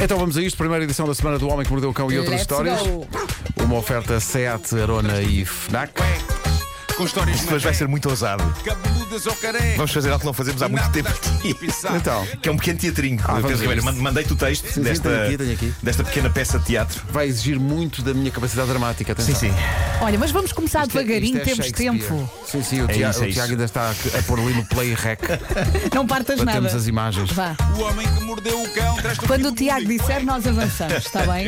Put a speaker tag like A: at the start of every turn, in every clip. A: Então vamos a isto, primeira edição da semana do Homem que Mordeu o Cão e outras
B: Let's
A: histórias.
B: go.
A: Uma oferta Seat, Arona e FNAC.
C: Com histórias
D: Mas vai ser muito ousado.
C: cabeludas ou carecas.
D: Vamos fazer algo que não fazemos há muito tempo.
A: Então,
D: Que é um pequeno teatrinho. Pedro
A: vamos a
D: Ribeiro,
A: isso.
D: man- mandei-te o texto
A: sim,
D: desta,
A: tenho aqui, tenho aqui.
D: desta pequena peça de teatro.
A: vai exigir muito da minha capacidade dramática. Atenção.
D: Sim, sim.
B: Olha, mas vamos começar
A: Isto é-
B: devagarinho,
A: isto é
B: temos
A: Shakespeare.
B: tempo.
A: Sim, sim, o,
D: É
A: Tiago,
D: isso, é
A: o
D: isso.
A: Tiago ainda está a, a pôr ali no play rec
B: Não partas
A: para
B: nada.
A: termos as imagens.
B: Vá.
C: O homem que mordeu o cão traz
B: Quando o Tiago disser, nós avançamos, está bem?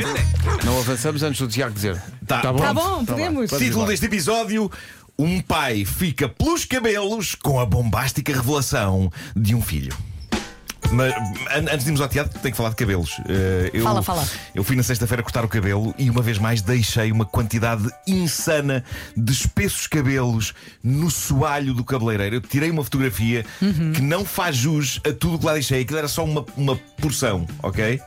A: Não avançamos antes do Tiago dizer.
D: Tá.
A: Tá bom?
B: Tá bom,
A: Então vá. Vamos
B: podemos.
D: Título
A: embora.
D: deste episódio: Um pai fica pelos cabelos com a bombástica revelação de um filho. Mas an- antes de irmos ao teatro, tenho que falar de cabelos. Eh, eu,
B: Fala, fala.
D: Eu fui na sexta-feira cortar o cabelo e uma vez mais deixei uma quantidade insana de espessos cabelos no soalho do cabeleireiro. Eu tirei uma fotografia
B: Uhum.
D: que não faz jus a tudo o que lá deixei. Aquilo era só uma, uma porção, ok?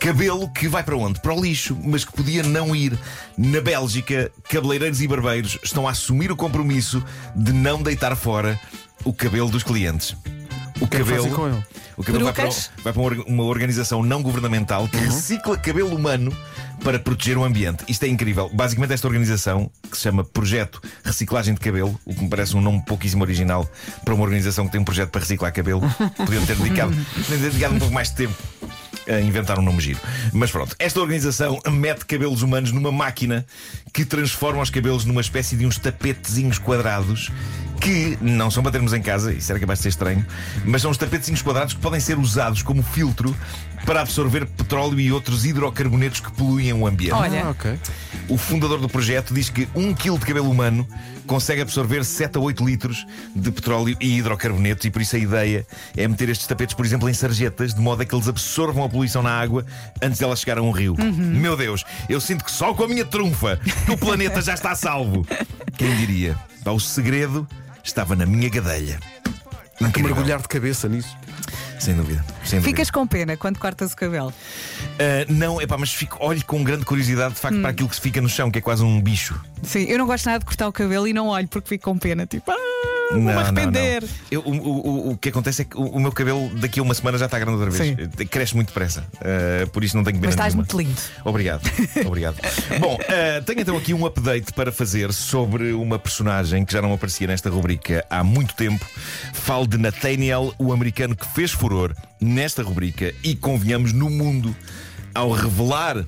D: Cabelo que vai para onde? Para o lixo, mas que podia não ir. Na Bélgica, cabeleireiros e barbeiros estão a assumir o compromisso de não deitar fora o cabelo dos clientes. O
A: que é que
D: cabelo.
A: fazem com ele?
D: O cabelo vai para,
B: Perucas?
D: vai para uma orga- uma organização não governamental
A: Uhum.
D: que recicla cabelo humano para proteger o ambiente. Isto é incrível. Basicamente, esta organização, que se chama Projeto Reciclagem de Cabelo, o que me parece um nome pouquíssimo original para uma organização que tem um projeto para reciclar cabelo, podiam ter dedicado, podiam ter dedicado um pouco mais de tempo. A inventar um nome giro. Mas pronto, esta organização mete cabelos humanos numa máquina que transforma os cabelos numa espécie de uns tapetezinhos quadrados que não são para termos em casa, isso era capaz de ser estranho, mas são os tapetezinhos quadrados que podem ser usados como filtro para absorver petróleo e outros hidrocarbonetos que poluem o ambiente.
A: Ah,
B: Olha,
A: ok.
D: O fundador do projeto diz que um quilo de cabelo humano consegue absorver 7 a 8 litros de petróleo e hidrocarbonetos, e por isso a ideia é meter estes tapetes, por exemplo, em sarjetas, de modo a que eles absorvam a poluição na água antes dela chegar a um rio. Meu Deus, eu sinto que só com a minha trunfa o planeta já está a salvo. Quem diria? Pá, O segredo estava na minha gadelha. Incrível.
A: Mergulhar de cabeça nisso.
D: Sem dúvida. Sem dúvida.
B: ficas com pena quando cortas o cabelo.
D: Ah, não, é pá, mas fico, olho com grande curiosidade de facto para aquilo que se fica no chão, que é quase um bicho.
B: Sim, eu não gosto nada de cortar o cabelo e não olho porque fico com pena. Tipo, ah, vou-me arrepender.
D: Não, não. Eu- o, o- o- o que acontece é que o, o meu cabelo daqui a uma semana já está grande outra vez. Cresce muito depressa. Uh, por isso não tenho pena
B: Mas estás
D: nenhuma.
B: muito lindo.
D: Obrigado, obrigado. Bom, uh, tenho então aqui um update para fazer sobre uma personagem que já não aparecia nesta rubrica há muito tempo. Falo de Nathaniel, o americano que fez furor nesta rubrica e, convenhamos, no mundo, ao revelar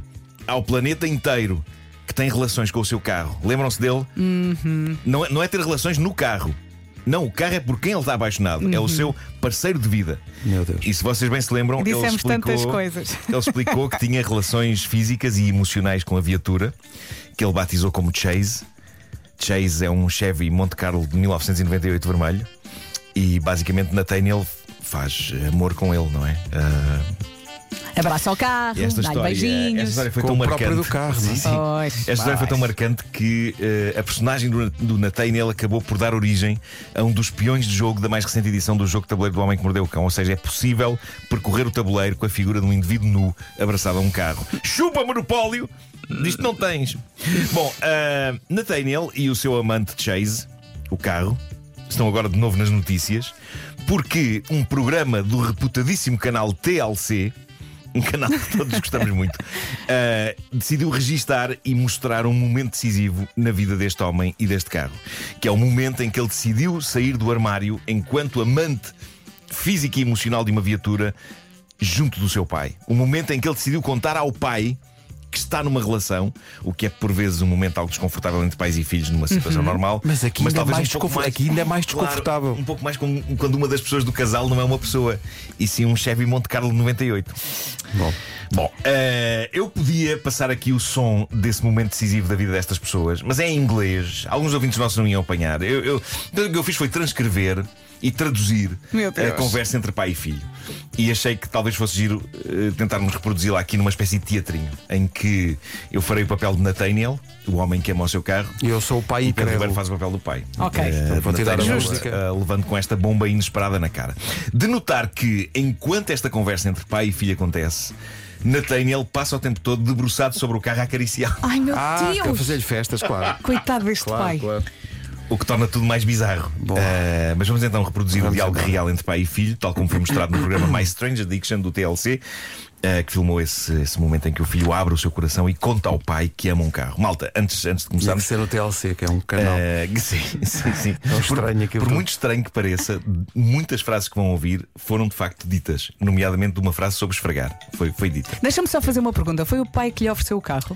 D: ao planeta inteiro que tem relações com o seu carro. Lembram-se dele?
A: Uhum.
D: Não é, não é ter relações no carro. Não, o carro é por quem ele está apaixonado. É o seu parceiro de vida.
A: Uhum. Meu Deus.
D: E se vocês bem se lembram, ele
B: Dissemos
D: explicou,
B: tantas coisas.
D: Ele explicou que tinha relações físicas e emocionais com a viatura, que ele batizou como Chase. Chase é um Chevy Monte Carlo de 1998 vermelho. E basicamente Nathaniel faz amor com ele, não é? Ah,
B: Abraça ao carro,
D: e esta
B: dá-lhe
D: história, esta
B: beijinhos.
D: história foi
A: Com
D: tão
A: o próprio
D: marcante.
A: do carro, não é?
D: Sim, sim.
B: Pois,
D: Esta história foi
B: pois.
D: tão marcante que eh, a personagem do, do Nathaniel acabou por dar origem a um dos peões de jogo da mais recente edição do jogo de tabuleiro do Homem que Mordeu o Cão. Ou seja, é possível percorrer o tabuleiro com a figura de um indivíduo nu abraçado a um carro. Chupa monopólio! Disto não tens. Bom, ah, Nathaniel e o seu amante Chase, o carro, estão agora de novo nas notícias, porque um programa do reputadíssimo canal TLC um canal que todos gostamos muito, uh, decidiu registar e mostrar um momento decisivo na vida deste homem e deste carro, que é o momento em que ele decidiu sair do armário enquanto amante física e emocional de uma viatura junto do seu pai. O momento em que ele decidiu contar ao pai que está numa relação, o que é por vezes um momento algo desconfortável entre pais e filhos numa situação normal,
A: Uhum. Mas aqui ainda é
D: talvez
A: mais
D: um pouco
A: desconfort- aqui ainda é mais
D: Claro,
A: desconfortável.
D: um pouco mais como quando uma das pessoas do casal não é uma pessoa, e sim um Chevy Monte Carlo de 98.
A: Bom.
D: Bom, eh, eu podia passar aqui o som desse momento decisivo da vida destas pessoas, mas é em inglês. Alguns ouvintes nossos não iam apanhar. Eu, eu- então, o que eu fiz foi transcrever e traduzir
B: Meu Deus.
D: a conversa entre pai e filho. E achei que talvez fosse giro eh, tentarmos reproduzi-la aqui numa espécie de teatrinho, em que eu farei o papel de Nathaniel, o homem que ama o seu carro,
A: E Eu sou o pai
D: e Pedro Ribeiro
A: incrédulo.
D: faz o papel do pai.
B: Ok.
D: Eh,
A: Então vou tirar a
D: Natália,
A: música.
D: eh, levando com esta bomba inesperada na cara. De notar que, enquanto esta conversa entre pai e filho acontece, Nathaniel passa o tempo todo debruçado sobre o carro a acariciar.
B: Ai meu
A: Ah, quero
B: Deus!
A: fazer-lhe festas, claro.
B: Coitado deste
A: Claro,
B: pai.
A: claro.
D: O que torna tudo mais bizarro.
A: Bom.
D: Ah, mas vamos então reproduzir o
A: Vamos
D: diálogo
A: embora.
D: real entre pai e filho, tal como foi mostrado no programa My Strange Addiction do TLC, ah, que filmou esse, esse momento em que o filho abre o seu coração e conta ao pai que ama um carro. Malta, antes, antes
A: Tinha
D: de começarmos.
A: que ser o TLC, que é um canal.
D: Ah, que sim, sim, sim.
A: Tão estranho
D: por,
A: aquilo
D: por
A: tudo.
D: muito É um estranho que pareça, muitas frases que vão ouvir foram de facto ditas, nomeadamente de uma frase sobre esfregar. Foi, foi dita.
B: Deixa-me só fazer uma pergunta. Foi o pai que lhe ofereceu o carro?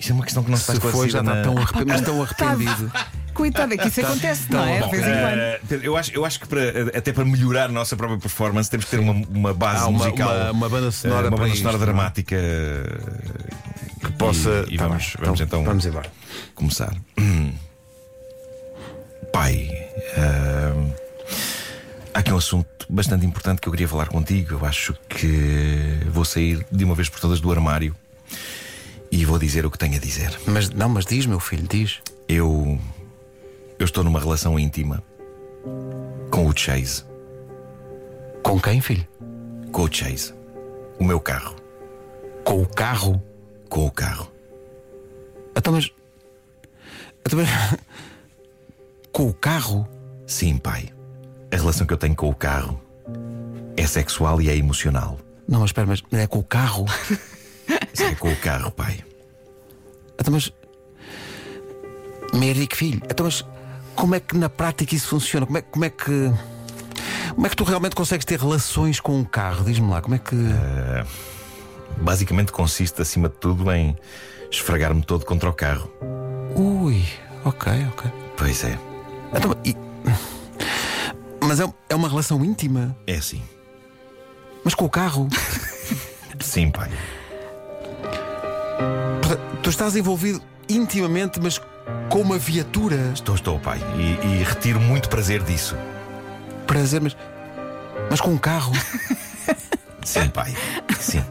D: Isto é uma questão que não se tá
A: Se
D: faz
A: foi, já está tão, arrepe... mas tão
B: Tá
A: arrependido.
B: Coitado, é que isso acontece, não é? De vez em quando.
D: Eh, Pedro, eu acho, eu acho que para- eh, até para melhorar a nossa própria performance temos que ter uma, Ah, uma base
A: Há uma-
D: musical,
A: uma- uma banda
D: eh,
A: sonora
D: uma
A: para
D: banda
A: isto,
D: sonora
A: não é?
D: dramática eh, que possa. E,
A: Tá
D: vamos,
A: bem,
D: vamos então
A: Vamos embora.
D: começar. Pai, ahm, há aqui um assunto bastante importante que eu queria falar contigo. Eu acho que vou sair de uma vez por todas do armário e vou dizer o que tenho a dizer.
A: Mas não, mas diz, meu filho, diz.
D: Eu. Eu estou numa relação íntima com o Chase.
A: Com quem, filho?
D: Com o Chase. O meu carro.
A: Com o carro.
D: Com o carro.
A: Então, mas. Então, mas... Com o carro?
D: Sim, pai. A relação que eu tenho com o carro é sexual e é emocional.
A: Não, mas espera, mas não é com o carro?
D: Sim, é com o carro, pai.
A: Então, mas. Mérico Filho, então, mas como é que na prática isso funciona? Como é, como é que. Como é que tu realmente consegues ter relações com um carro? Diz-me lá, como é que.
D: Basicamente consiste, acima de tudo, em esfregar-me todo contra o carro.
A: Ui, ok, ok.
D: Pois é.
A: Então, e- Mas é, é uma relação íntima,
D: É assim.
A: mas com o carro.
D: Sim, pai.
A: Portanto, tu estás envolvido intimamente, mas com uma viatura.
D: Estou, estou, pai. E, e retiro muito prazer disso.
A: Prazer, mas. Mas com um carro.
D: Sim, pai. Sim.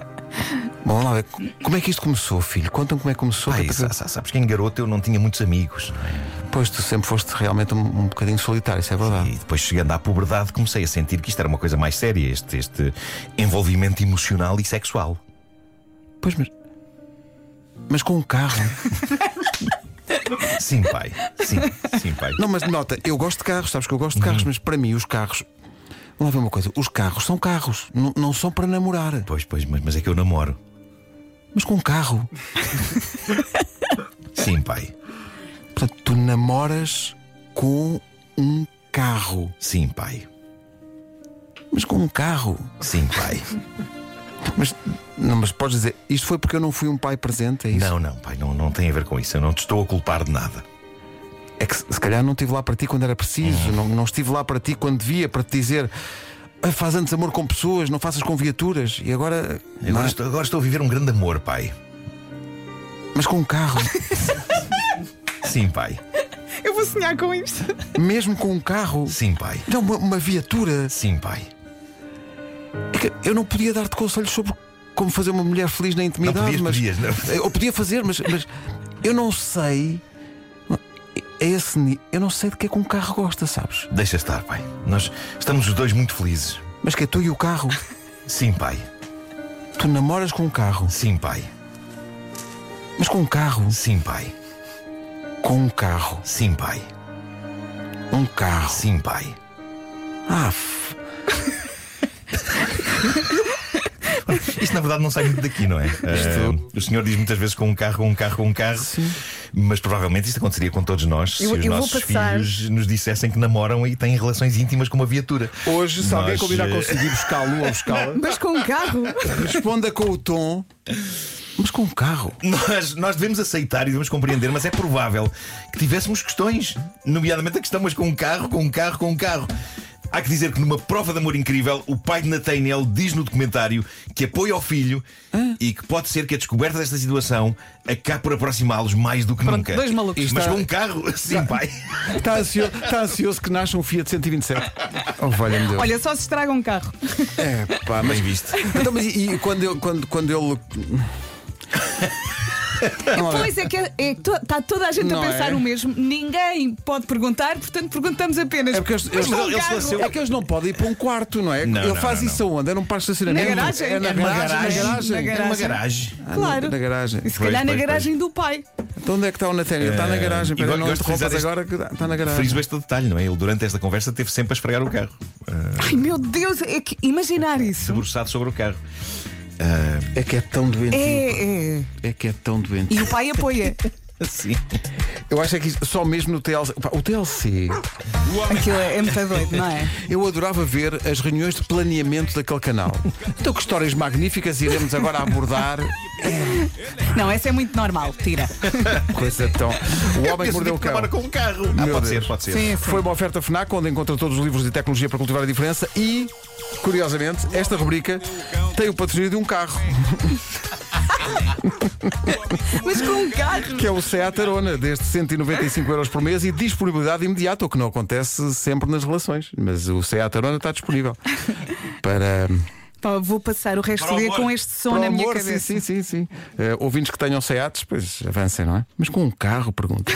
A: Bom, vamos lá, ver, co- como é que isto começou, filho? Conta-me como é que começou.
D: Pai,
A: que-
D: sa- sa- sabes que em garoto eu não tinha muitos amigos, não é?
A: Pois tu sempre foste realmente um, um bocadinho solitário, isso é verdade.
D: E depois, chegando à puberdade, comecei a sentir que isto era uma coisa mais séria, este, este envolvimento emocional e sexual.
A: Pois, mas. Mas com um carro.
D: Sim, pai. Sim, sim, pai.
A: Não, mas nota, eu gosto de carros, sabes que eu gosto de carros, mas para mim os carros. Vamos lá ver uma coisa: os carros são carros, não, não são para namorar.
D: Pois, pois, mas, mas é que eu namoro.
A: Mas com um carro.
D: Sim, pai.
A: Portanto, tu namoras com um carro.
D: Sim, pai.
A: Mas com um carro.
D: Sim, pai.
A: Mas, não, mas podes dizer, isto foi porque eu não fui um pai presente, é isso?
D: Não, não, pai, não, não tem a ver com isso. Eu não te estou a culpar de nada.
A: É que se se calhar não estive lá para ti quando era preciso,
D: Uhum.
A: não, não estive lá para ti quando devia, para te dizer. "Ah, Faz antes amor com pessoas, não faças com viaturas. E agora. não
D: Agora
A: é?
D: estou, agora estou a viver um grande amor, pai.
A: Mas com um carro.
D: Sim, pai.
B: Eu vou sonhar com isto.
A: Mesmo com um carro.
D: Sim, pai.
A: Não, uma, uma viatura.
D: Sim, pai.
A: É que eu não podia dar-te conselhos sobre como fazer uma mulher feliz na
D: Não
A: intimidade,
D: podias,
A: mas.
D: podias, não.
A: Eu podia fazer, mas, mas eu não sei. É esse ni- Eu não sei de que é que um carro gosta, sabes?
D: Deixa estar, pai. Nós estamos os dois muito felizes.
A: Mas que é tu e o carro.
D: Sim, pai.
A: Tu namoras com um carro.
D: Sim, pai.
A: Mas com um carro.
D: Sim, pai.
A: Com um carro.
D: Sim, pai.
A: Um carro.
D: Sim, pai.
A: Ah, f-
D: Isto na verdade não sai muito daqui, não é? Eh, o senhor diz muitas vezes com um carro, com um carro, com um carro.
A: Sim.
D: Mas provavelmente isto aconteceria com todos nós se
B: Eu-
D: os
B: eu vou
D: nossos
B: passar.
D: filhos nos dissessem que namoram e têm relações íntimas com uma viatura.
A: Hoje, se alguém
D: Nós,
A: combinar
D: eh,
A: conseguir buscá-lo ou buscá-la,
B: Mas com um carro.
A: responda com o tom. Mas com um carro.
D: Nós, nós devemos aceitar e devemos compreender, mas é provável que tivéssemos questões, nomeadamente a questão, mas com um carro, com um carro, com um carro. Há que dizer que numa prova de amor incrível, o pai de Nathaniel diz no documentário que apoia o filho e que pode ser que a descoberta desta situação acabe por aproximá-los mais do que nunca.
B: dois malucos.
D: Mas
A: Está-
D: com um carro, sim, pai.
A: Está ansioso, está ansioso que nasça um Fiat 127. Oh, valha-me Deus.
B: Olha, só se estraga um carro.
A: É, pá, mas.
D: Bem visto.
A: Então, mas e, e quando, eu, quando, quando ele. Vamos lá ver.
B: Pois é que é, é, to- está toda a gente
A: Não
B: a pensar
A: é?
B: o mesmo. Ninguém pode perguntar, portanto perguntamos apenas.
A: É porque eles-
B: mas
A: eles-
B: com
D: eles
B: carro.
D: nasceu-
A: É que eles não podem ir para um quarto, não é?
D: Não,
A: ele
D: não,
A: faz
D: não,
A: isso aonde? É num parque de estacionamento?
B: Na garagem.
A: É na
B: É
D: Uma
A: garagem.
D: garagem.
A: Na garagem.
D: É uma garagem.
A: Ah, na-
B: Claro.
A: Na garagem.
B: E se calhar
D: Pois,
B: na
D: pois,
B: garagem do pai.
A: Então onde é que está o Nathaniel? Está na
D: Eh,
A: garagem.
D: e
A: Espera,
D: go-
A: não
D: gosto de
A: interrompas
D: frisar
A: agora que está- está na
D: Friso
A: garagem.
D: este detalhe, não é? Ele durante esta conversa teve sempre a esfregar o carro,
B: Ai meu Deus, é que imaginar isso.
D: debruçado sobre o carro. Ah,
A: É que é tão doente.
B: É, é.
A: É que é tão doente.
B: E o pai apoia.
D: assim.
A: Eu acho é que isto- só mesmo no TLC. pá, O TLC.
C: O homem
B: Aquilo é, é muito doido, não é?
A: Eu adorava ver as reuniões de planeamento daquele canal. Então, que histórias magníficas iremos agora abordar.
B: Não, essa é muito normal, tira.
A: Coisa tão. O homem que
D: Esse
A: mordeu o
D: tipo trabalha
A: cão.
D: com um carro. Ah,
A: Meu
D: pode
A: Deus.
D: ser, pode ser.
B: Sim, sim.
A: Foi uma oferta FNAC onde encontra todos os livros de tecnologia para cultivar a diferença e, curiosamente, esta rubrica tem o patrocínio de um carro,
B: Mas com um carro.
A: que é o Seat Arona, desde 195 euros por mês e disponibilidade imediata, o que não acontece sempre nas relações. Mas o Seat Arona está disponível para.
B: Pá, vou passar o resto do dia
C: amor.
B: com este som
A: Para o
B: na minha
A: amor,
B: cabeça.
A: Sim, sim, sim. sim. Eh, ouvintes que tenham SEATs, pois avancem, não é? Mas com um carro, pergunto.